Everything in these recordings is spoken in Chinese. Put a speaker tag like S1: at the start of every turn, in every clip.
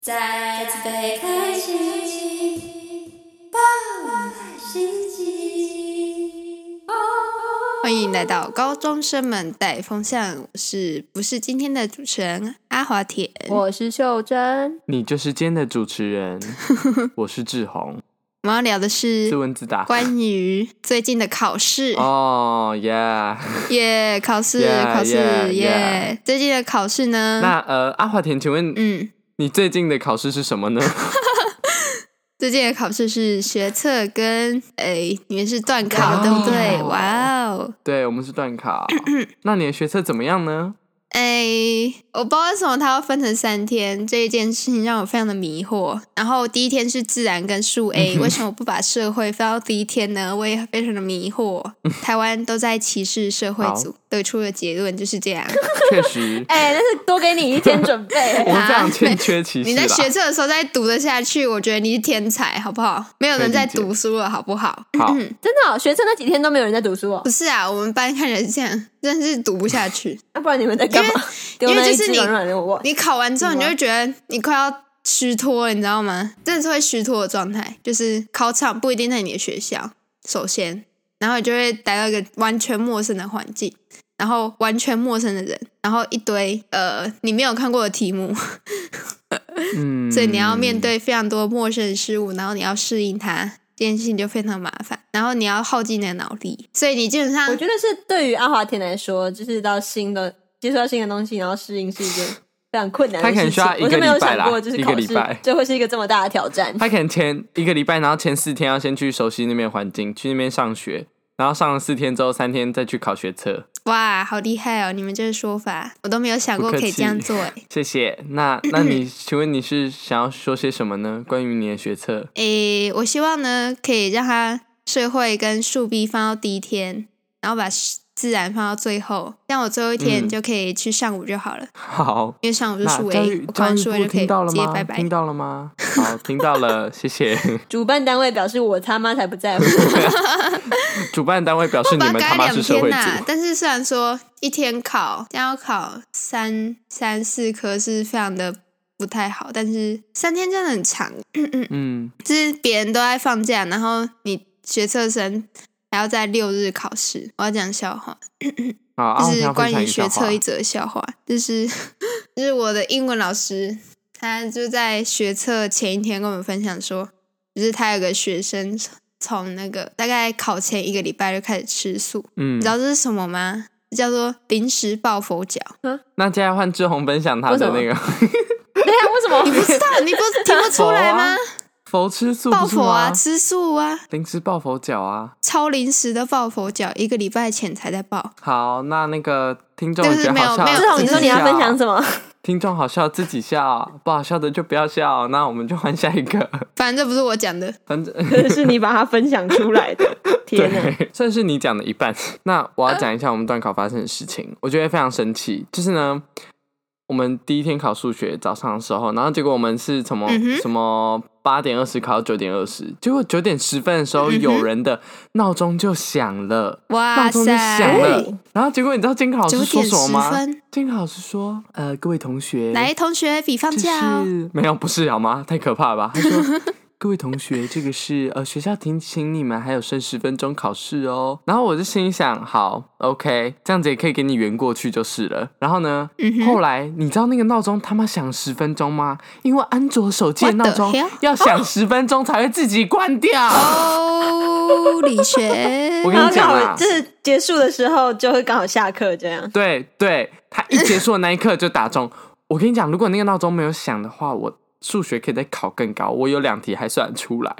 S1: 再次被开启，爆满心机。
S2: 欢迎来到高中生们带风向，我是不是今天的主持人阿华田？
S3: 我是秀珍，
S4: 你就是今天的主持 人，我是志宏，
S2: 我们要聊的
S4: 自
S2: 是
S4: 问自答。
S2: 关于最近的考试，
S4: 哦耶！
S2: 嗯耶、考试
S4: Yeah，
S2: 考试
S4: yeah，
S2: 耶最近的考试呢？
S4: 那呃，阿华田，请问
S2: 嗯，
S4: 你最近的考试是什么 呢？
S2: 最近的考试是学测跟诶，你们是段考
S4: 哇
S2: 对不对？
S4: 哦
S2: 哇哦！
S4: 对我们是 段考。那你的学测怎么样 呢？
S2: 诶，哎我不知道为什么它要分成三天，这一件事情让我非常的迷惑。然后第一天是自然跟
S4: 嗯
S2: 数 A，、为什么不把社会放到第一天呢？我也非常的迷惑。 台湾都在歧视社会
S4: 嗯好
S2: 组，得出的结论就是这样。
S4: 确实，
S3: 哎、那是多给你一天准备、
S4: 我们非
S2: 啊
S4: 常欠缺歧视
S2: 你在学
S4: 啦。
S2: 测的时候再读得下去，我觉得你是天才，好不好？没有人在读书了，好不好？
S4: 好，
S3: 真的、哦，学生那几天都没有人在读书哦
S2: 不，是啊，我们班看人这样，真的是读不下去。
S3: 那、啊不然你们在干嘛？
S2: 因
S3: 丢
S2: 为
S3: 那一
S2: 就是
S3: 只
S2: 你
S3: 软软的我，
S2: 你考完之后，你就会觉得你快要虚脱了，你知道吗？真的是会虚脱的状态，就是考场不一定在你的学校，首先，然后你就会来到一个完全陌生的环境，然后完全陌生的人，然后一堆呃你没有看过的题目，
S4: 嗯，
S2: 所以你要面对非常多陌生的事物，然后你要适应它。这件事情就非常麻烦，然后你要耗尽你的脑力，所以你基本上
S3: 我觉得是对于阿华田来说，就是到新的接触到新的东西，然后适应是一件非常困难的
S4: 他可能
S3: 事情。
S4: 需要一个
S3: 我是没有
S4: 礼拜
S3: 想
S4: 啦
S3: 过，就是
S4: 一
S3: 考
S4: 个礼拜
S3: 试这会是一个这么大的挑战。
S4: 他可能前一个礼拜，然后前四天要先去熟悉那边的环境，去那边上学，然后上了四天之后，三天再去考学测。
S2: 哇，好厉害哦！你们这个说法，我都没有想过
S4: 不客
S2: 可以这样
S4: 气
S2: 做哎。
S4: 谢谢。那那 你，请问你是想要说些什么呢？关于你的学测？
S2: 诶，我希望呢，可以让它社会跟数 B 放到第一天，然后把是自然放到最后，这样我最后一天
S4: 嗯
S2: 就可以去上午就好了，
S4: 好，
S2: 因为上午就
S4: 那
S2: 数
S4: 教
S2: A，
S4: 育
S2: 我考
S4: 教
S2: 完
S4: 育
S2: 数 A
S4: 部
S2: 就可以
S4: 听到了
S2: 直接
S4: 吗？
S2: 拜拜
S4: 听。到了吗？好，听到了， 谢谢。
S3: 主办单位表示我他妈才不在乎，
S4: 主办单位表示
S2: 我
S4: 你
S2: 把它
S4: 们他
S2: 改
S4: 妈
S2: 两
S4: 是社
S2: 天
S4: 会
S2: 呐、
S4: 主，
S2: 但是虽然说一天考，这样要考三三四科是非常的不太好，但是三天真的很长，
S4: 嗯，
S2: 就是别人都在放假，然后你学测生还要在六日考试，我要讲笑话。
S4: 好，啊
S2: 就
S4: 我
S2: 是
S4: 想分
S2: 关
S4: 享
S2: 于
S4: 一
S2: 学
S4: 下
S2: 测一则笑话，就是 就是我的英文老师，他就在学测前一天跟我们分享说，就是他有个学生从从那个大概考前一个礼拜就开始吃素，
S4: 嗯
S2: 你知，道这是什么吗？叫做临时抱佛脚，
S4: 那接下来换志宏分享他的那个
S3: 对呀、为什么？
S2: 你 不知道，你不是听不出来 吗？
S4: 佛吃素
S2: 抱
S4: 不是
S2: 佛啊，
S4: 吗？
S2: 吃素啊，
S4: 临时抱佛脚啊。
S2: 超临时的抱佛脚，一个礼拜前才在抱。
S4: 好，那那个听众
S2: 就
S4: 也
S2: 是
S4: 觉得
S2: 没有
S4: 好笑，
S2: 没有
S3: 志宏，你说你要
S4: 自己笑
S3: 分享什 么？
S4: 听众好笑自己笑，不好笑的就不要笑。那我们就换下一个，
S2: 反正这不是我讲的，
S4: 反正。
S3: 是你把它分享出来的，天
S2: 啊
S3: 哪！
S4: 对， 算是你讲的一半。 那我要讲一下我们段考发生的事情，我觉得非常神奇。就是呢，我们第一天考数学早上的时候，然后结果我们是什么、
S2: 嗯哼
S4: 什么八点二十考到九点二十，结果九点十分的时候，
S2: 嗯哼
S4: 有人的闹钟就响了，
S2: 哇
S4: 闹钟就响
S2: 塞，
S4: 了。然后结果你知道监考老师
S2: 九
S4: 说
S2: 点
S4: 什么
S2: 十
S4: 吗？
S2: 分，
S4: 监考老师说：“呃，各位同学，
S2: 来同学比放
S4: 这
S2: 假哦。
S4: 是没有，不是好吗？太可怕了吧！他说。 各位同学，这个是呃学校提醒你们还有剩十分钟考试哦。然后我就心里想，好，OK，这样子也可以给你圆过去就是了。然后呢，
S2: 嗯哼
S4: 后来你知道那个闹钟他妈响十分钟吗？因为安卓手机的
S2: What
S4: 闹
S2: the
S4: 钟
S2: hell？
S4: 要响十分钟才会自己关 掉。
S2: 哦， 李学，
S4: 我跟
S3: 然后刚
S4: 你讲
S3: 好
S4: 啦
S3: 就，是结束的时候，就会刚好下课这样。
S4: 对对，他一结束的那一刻就打中。我跟你讲，如果那个闹钟没有响的话，我数学可以再考更高。我有两题还算得出来，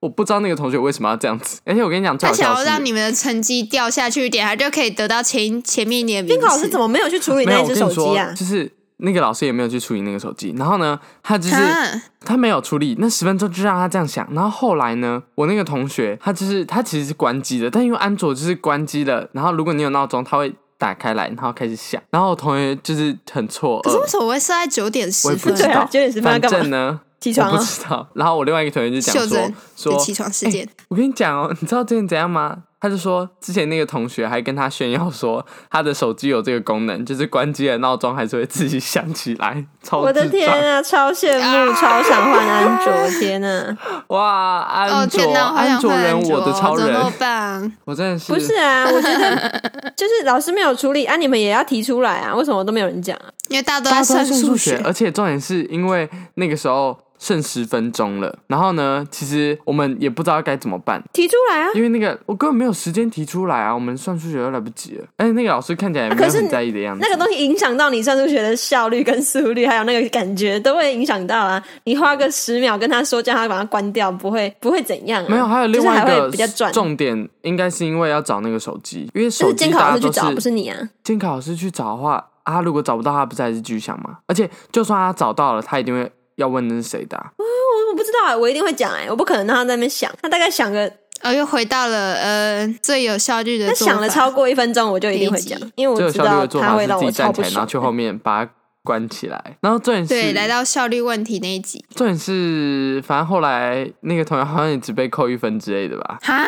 S4: 我不知道那个同学为什么要这样子。而且我跟你讲，最
S2: 他
S4: 好
S2: 想要
S4: 笑的
S2: 让
S4: 是，
S2: 你们的成绩掉下去一点，他就可以得到前前面一点的名
S3: 监
S2: 次。
S3: 考老师怎么没有去处理
S4: 没
S3: 那
S4: 有，
S3: 一
S4: 我
S3: 只
S4: 跟
S3: 手
S4: 你说
S3: 机啊，？
S4: 就是那个老师也没有去处理那个手机。然后呢，他就是
S2: 啊？
S4: 他没有处理，那十分钟就让他这样想。然后后来呢，我那个同学他就是他其实是关机的，但因为安卓就是关机了，然后如果你有闹钟，他会打开来，然后开始响。然后我同学就是很错愕，
S2: 可是为什么会设在九点
S4: 呃我
S2: 十
S4: 也不
S2: 分
S4: 知？
S3: 对
S4: 道
S3: 啊9:10分要
S4: 反
S3: 干嘛
S4: 正呢，
S3: 起床啊
S4: 我不
S3: 了，
S4: 知道。然后我另外一个同学就讲
S2: 秀珍
S4: 说
S2: 的
S4: 说
S2: 起，床事件，
S4: 我跟你讲哦，你知道之前怎样吗？他就说之前那个同学还跟他炫耀说他的手机有这个功能，就是关机的闹钟还是会自己响起来， 超
S3: 我的
S4: 智
S3: 天
S4: 障！
S3: 啊，超羡慕，超想换安卓，天啊！
S4: 哇，
S2: 哦
S4: 安卓、
S2: 天哪，我好
S4: 哎安
S2: 想
S4: 卓
S2: 换
S4: 人，
S2: 安卓，
S4: 我的超
S2: 怎么那
S4: 人
S2: 么，棒？
S4: 我真的是
S3: 不是啊，我觉得就是老师没有处理啊，你们也要提出来啊，为什么都没有人讲啊？
S2: 因为大家都在
S4: 大家都在
S2: 算
S4: 算数
S2: 数
S4: 学，而且重点是因为那个时候剩十分钟了，然后呢，其实我们也不知道该怎么办，
S3: 提出来啊！
S4: 因为那个我根本没有时间提出来啊，我们算数学都来不及了，而且那个老师看起来也没有
S3: 可是
S4: 很在意的样子。
S3: 那个东西影响到你算数学的效率跟速率，还有那个感觉都会影响到啊。你花个十秒跟他说，叫他把它关掉，不会不会怎样、啊。
S4: 没有，还有另外
S3: 就
S4: 一
S3: 是还会
S4: 个
S3: 比较赚。
S4: 重点，应该是因为要找那个手机，因
S3: 就
S4: 为手
S3: 是
S4: 机
S3: 监考
S4: 大
S3: 老
S4: 家
S3: 师
S4: 都
S3: 去找，不是你啊？
S4: 监考老师去找的话，啊，他如果找不到，他不是还是继续想吗？而且就算他找到了，他一定会要问那是谁的啊、
S3: 我我不知道、啊，我一定会讲哎、我不可能让他在那边想，他大概想个，
S2: 哦，又回到了呃最有效率的
S3: 他
S2: 做法。
S3: 想了超过一分钟，我就一定会讲
S2: 第一集，
S3: 因为
S4: 最
S3: 我
S4: 有
S3: 知
S4: 效率
S3: 道
S4: 的做
S3: 他
S4: 法
S3: 会
S4: 是
S3: 让
S4: 自
S3: 我
S4: 己站
S3: 超
S4: 起
S3: 不
S4: 来，然
S3: 爽。
S4: 后去 后面把它关起来。然后重点是，
S2: 对，来到效率问题那一集
S4: 重点是，反正后来那个同学好像也只被扣一分之类的吧。
S2: 哈，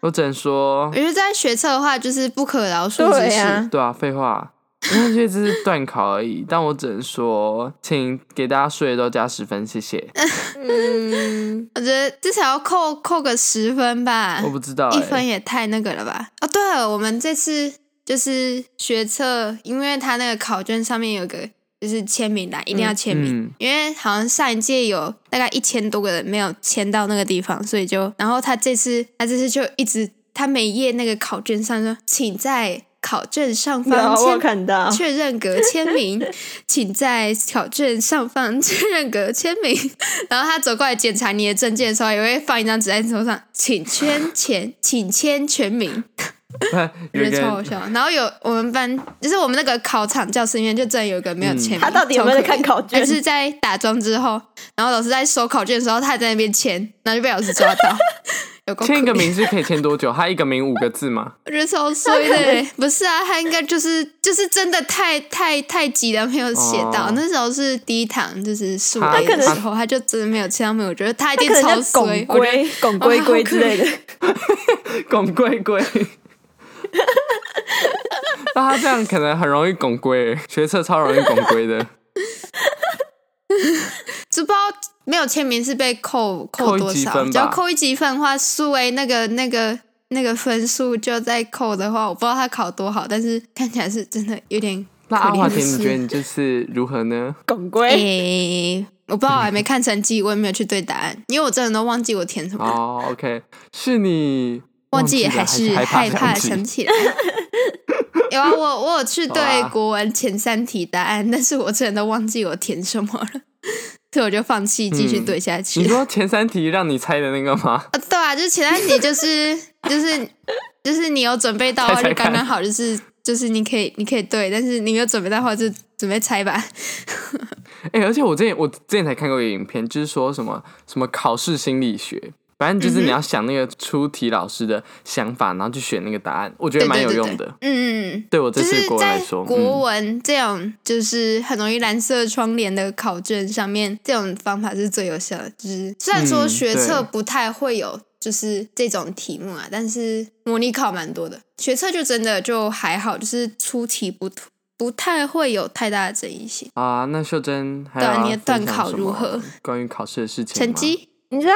S4: 我只能说
S2: 我，觉得在学测的话就是不可饶恕之
S3: 对
S2: 事。
S3: 呀、
S4: 对啊，废话，因为这只是断考而已。但我只能说，请给大家数学都加十分，谢谢。
S2: 啊
S3: 嗯，
S2: 我觉得至少要扣扣个十分吧
S4: 我，不知道、欸，
S2: 一分也太那个了吧？哦，对了，我们这次就是学测，因为他那个考卷上面有个就是签名栏，一定要签名。
S4: 嗯，
S2: 因为好像上一届有大概一千多个人没有签到那个地方，所以就，然后他这次他这次就一直他每页那个考卷上说，请在考卷上
S3: 然
S2: 方
S3: 后我有
S2: 签
S3: 看到，
S2: 确认格签名， 请在考卷上方确认格签名。然后他走过来检查你的证件的时候，也会放一张纸在你手上，请签 前，请签全名，我
S4: 有
S2: 觉得
S4: 一个
S2: 超好
S4: 人
S2: 笑。然后有我们班，就是我们那个考场教室里面，就真的有一个没有
S4: 嗯
S2: 签名，
S3: 他到底有没有在
S2: 超可怜
S3: 看考卷
S2: 还？是在打桩之后，然后老师在收考卷的时候，他还在那边签，然后就被老师抓 到。有够
S4: 签一
S2: 可
S4: 个
S2: 怜
S4: 名是可以签多久？他一个名五个字吗？
S2: 我觉得超衰的欸， 不是啊，他应该就是就是真的太太太急了，没有写到。
S4: 哦
S2: 那时候是第一堂，就是数
S4: 他
S2: A
S3: 可
S2: 的
S3: 能
S2: 时候，他就真的没有签到名。我觉得他一
S3: 他
S2: 定
S3: 可能
S2: 超
S3: 叫拱
S2: 衰，我觉得
S3: 龟、拱龟龟之类的。
S4: 拱龟龟。那他这样可能很容易拱龟，学测超容易拱龟的，
S2: 只不知道没有签名是被扣
S4: 扣一
S2: 多
S4: 积
S2: 少，
S4: 分吧
S2: 只要扣一积分的话，数 A 那个那个那个分数就在扣的话，我不知道他考多好，但是看起来是真的有点
S4: 那阿
S2: 可怜
S4: 华
S2: 的
S4: 田，你
S2: 事
S4: 觉得你这次如何呢？
S3: 拱龟，
S2: 诶、我不知道，我还没看成绩，我也没有去对答案，因为我真的都忘记我填什么，
S4: 哦、o k 是你
S2: 忘记
S4: 了
S2: 还是
S4: 害
S2: 害怕
S4: 想起
S2: 想起来。 有啊，我我有去对
S4: 哇
S2: 国文前三题答案，但是我真的都忘记我填什么了， 所以我就放弃继续
S4: 嗯
S2: 对下去。
S4: 你说前三题让你猜的那个吗？
S2: 啊，对啊，就是前三题就是就是就是你有准备到的话
S4: 猜猜
S2: 就刚
S4: 看
S2: 刚好，就是就是你可以你可以对，但是你没有准备到的话就准备猜吧。
S4: 哎、而且我之前我之前才看过一个影片，就是说什么什么考试心理学，反正
S2: 嗯
S4: 就是你要想那个出题老师的想法，然后去选那个答案，我觉得
S2: 对
S4: 蛮
S2: 对
S4: 有
S2: 对对
S4: 用的。
S2: 嗯嗯嗯。
S4: 对我这
S2: 就
S4: 次
S2: 是
S4: 国文来
S2: 在
S4: 说，嗯
S2: 国文这种就是很容易蓝色窗帘的考卷上面，这种方法是最有效的。就是虽然说
S4: 嗯
S2: 学测
S4: 对
S2: 不太会有就是这种题目啊，但是模拟考蛮多的。学测就真的就还好，就是出题不不太会有太大的争议性。
S4: 嗯、啊，那秀珍还有
S2: 对啊
S4: 要
S2: 你的段
S4: 分享
S2: 考
S4: 什
S2: 如
S4: 么
S2: 何？
S4: 关于考试的事情吗
S2: 成绩
S3: 你知道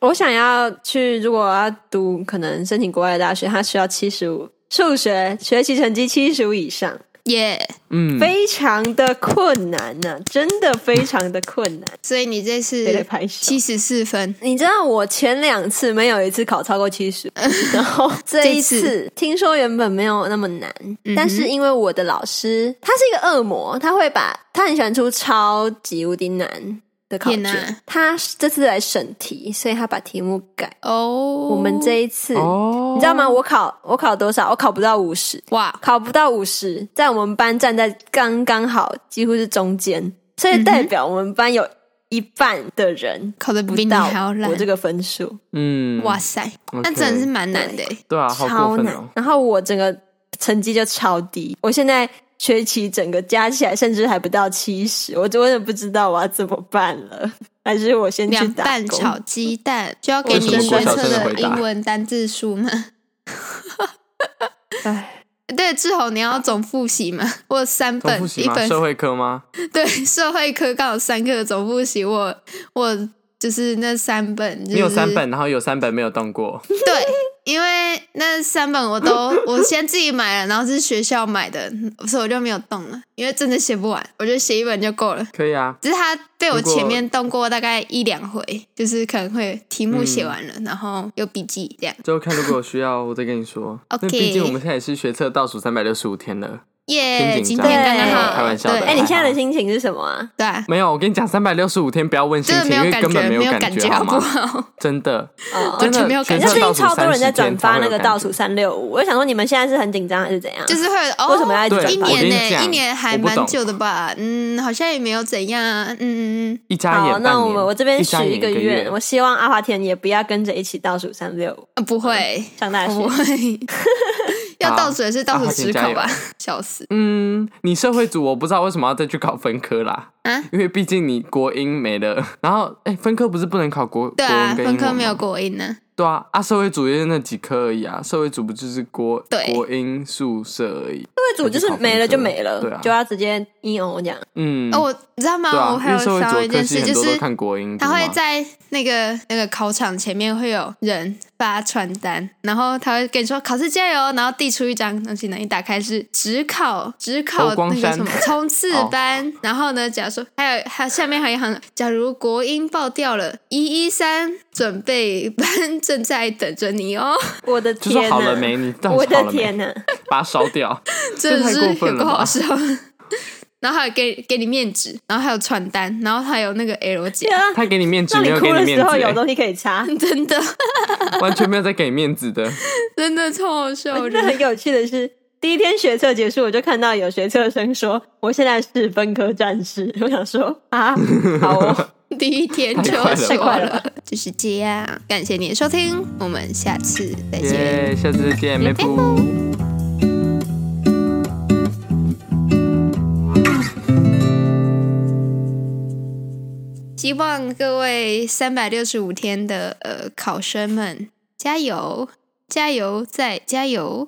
S3: 我想要去，如果我要读可能申请国外的大学，它需要七十五数学学习成绩七十五以上，
S2: 耶
S4: 嗯，
S3: 非常的困难呢、真的非常的困难，
S2: 所以你这
S3: 非得
S2: 次
S3: 拍手
S2: 七。十四分，
S3: 你知道我前两次没有一次考超过七十，然后这一
S2: 这
S3: 次听说原本没有那么难，但是因为我的老师他是一个恶魔，他会把他很喜欢出超级无敌难的考
S2: 天哪
S3: 卷，他这次来审题，所以他把题目改。
S2: 哦，
S3: 我们这一次，
S4: 哦，
S3: 你知道吗？我考我考多少？我考不到五十，
S2: 哇，
S3: 考不到五十，在我们班站在刚刚好，几乎是中间，所以代表我们班有一半的人
S2: 考的
S3: 不
S2: 比你
S3: 到
S2: 还要烂
S3: 我，这个分数，
S4: 嗯，
S2: 哇塞，
S4: OK，
S2: 那真的是蛮难的欸。
S4: 对啊，好
S3: 超
S4: 过分
S3: 难
S4: 哦。。
S3: 然后我整个成绩就超低，我现在学期整个加起来甚至还不到七十，我真的不知道我要怎么办了，还是我先去
S2: 凉
S3: 打
S2: 拌
S3: 工。
S2: 炒鸡蛋就要给
S3: 我
S2: 你
S3: 真的
S2: 学
S3: 国小
S2: 测
S3: 生的
S2: 的
S4: 回答
S2: 英文单字书吗？ 对，志宏，你要总复习 吗？我有三
S4: 重
S2: 本
S4: 复，习
S2: 一
S4: 吗？
S2: 本
S4: 社会科吗？
S2: 对社会科刚好三科总复习，我我就是那三本，就是、
S4: 你有三本，然后有三本没有动过，
S2: 对，因为那三本我 都我先自己买了，然后是学校买的，所以我就没有动了，因为真的写不完，我觉得写一本就够了。
S4: 可以啊。
S2: 只是他被我
S4: 如果
S2: 前面动过大概一两回，就是可能会题目写完了，然后有笔记这样。
S4: 之后看如果有需要，我再跟 你说。
S2: OK
S4: 那毕竟我们现在也是学测倒数三百六十五天了。
S2: 耶、
S4: 挺紧
S2: 今
S4: 张
S2: 天刚
S3: 的
S2: 刚好，
S4: 开玩笑的
S2: 对
S3: 哎、你现在的心情是什么啊？
S2: 对啊，
S4: 没有，我跟你讲，三百六十五天不要问心
S2: 真的没
S4: 情，因
S2: 有
S4: 为
S2: 感
S4: 根本
S2: 觉，
S4: 有
S2: 有
S4: 感
S2: 感
S4: 觉，
S2: 好
S4: 好
S2: 不
S4: 吗？
S2: 好？
S4: 真的，
S3: 哦
S2: 完
S4: 真
S2: 全
S4: 的
S2: 没有感
S4: 学
S2: 觉
S3: 哎
S4: 测
S3: 最
S4: 嗯倒
S3: 近
S4: 数
S3: 超多人在
S4: 30
S3: 转
S4: 天才
S3: 发
S4: 会
S3: 那
S4: 有
S3: 个
S4: 感
S3: 倒
S4: 觉
S3: 数三六五，我想说你们现在是很紧张还是怎样？
S2: 就是 会有哦，
S3: 为什么要一直
S4: 对
S3: 转
S2: 一
S3: 发？
S2: 年
S4: 我跟
S2: 呢、
S4: 你讲
S2: 一年还
S4: 我不
S2: 蛮
S4: 懂
S2: 久的吧？嗯，好像也没有怎样啊，嗯嗯嗯，
S4: 一眨
S3: 好，
S4: 眼
S3: 哦那
S4: 半
S3: 我
S4: 年
S3: 们我这边
S4: 一眨
S3: 许
S4: 眼
S3: 一
S4: 一
S3: 个
S4: 个
S3: 愿，我希望阿华田也不要跟着一起倒数三六五
S2: 啊不会，
S3: 上大
S2: 我不
S3: 学。
S4: 啊
S2: 会，要倒数也是倒数十
S4: 好
S2: 口
S4: 啊好
S2: 吧
S4: 加油，
S2: 笑死！
S4: 嗯，你社会组我不知道为什么要再去考分科啦，
S2: 啊
S4: 因为毕竟你国英没了，然后哎、分科不是不能考国
S2: 对啊，
S4: 国
S2: 分
S4: 文跟英文
S2: 科
S4: 吗
S2: 没有国音呢、
S4: 对啊，啊社会组也就那几科而已啊，社会组不就是国
S2: 对
S4: 国英数社而已，
S3: 社会组就是没了就没了，
S4: 对啊
S3: 就要直接一哦讲。
S4: 嗯，
S2: 哦，我你知道吗？
S4: 对
S2: 我
S4: 啊，因
S2: 还有
S4: 为社会
S2: 想
S4: 组
S2: 到
S4: 的
S2: 一
S4: 科
S2: 件
S4: 系
S2: 事，
S4: 很
S2: 就
S4: 多
S2: 是
S4: 都看国英，
S2: 他
S4: 不是
S2: 会
S4: 吗
S2: 在那个那个考场前面会有人发传单，然后他会跟你说考试加油，然后递出一张东西呢，你打开是只考只考
S4: 侯光
S2: 那个
S4: 山
S2: 什
S4: 哦
S2: 么 冲刺班，然后呢，假如说还有还有下面还有一行，假如国英爆掉了，一一三准备班正在等着你哦，
S3: 我的
S4: 就说
S3: 天呐！
S4: 好了没？你到
S3: 我
S4: 底是好
S3: 的
S4: 了没
S3: 天？呐！
S4: 把它烧掉，
S2: 真的
S4: 太
S2: 是
S4: 过
S2: 有
S4: 分了
S2: 够
S4: 吧
S2: 好笑。 然后还有给给你面纸，然后还有传单，然后还有那个 L 姐
S3: 对，啊，
S4: 他给你面子
S3: 那
S4: 没
S3: 你
S4: 有给
S3: 哭的
S4: 面
S3: 时
S4: 子、
S3: 候有
S4: 欸
S3: 东西可以擦，
S2: 真的
S4: 完全没有在给面子的。
S2: 真的超好笑，
S3: 我
S2: 我
S3: 觉得
S2: 觉得
S3: 很有趣的是，第一天学测结束，我就看到有学测生说我现在是分科战士，我想说啊，好哦，
S2: 第一天就
S4: 太快了
S2: 说
S3: 太快了
S2: 了，就是这样。感谢你的收听，我们下次再见。
S4: 耶、下次再见，
S2: 拜
S4: 妹
S2: 拜
S4: 夫。
S2: 希望各位三百六十五天的呃考生们加油，加油再加油！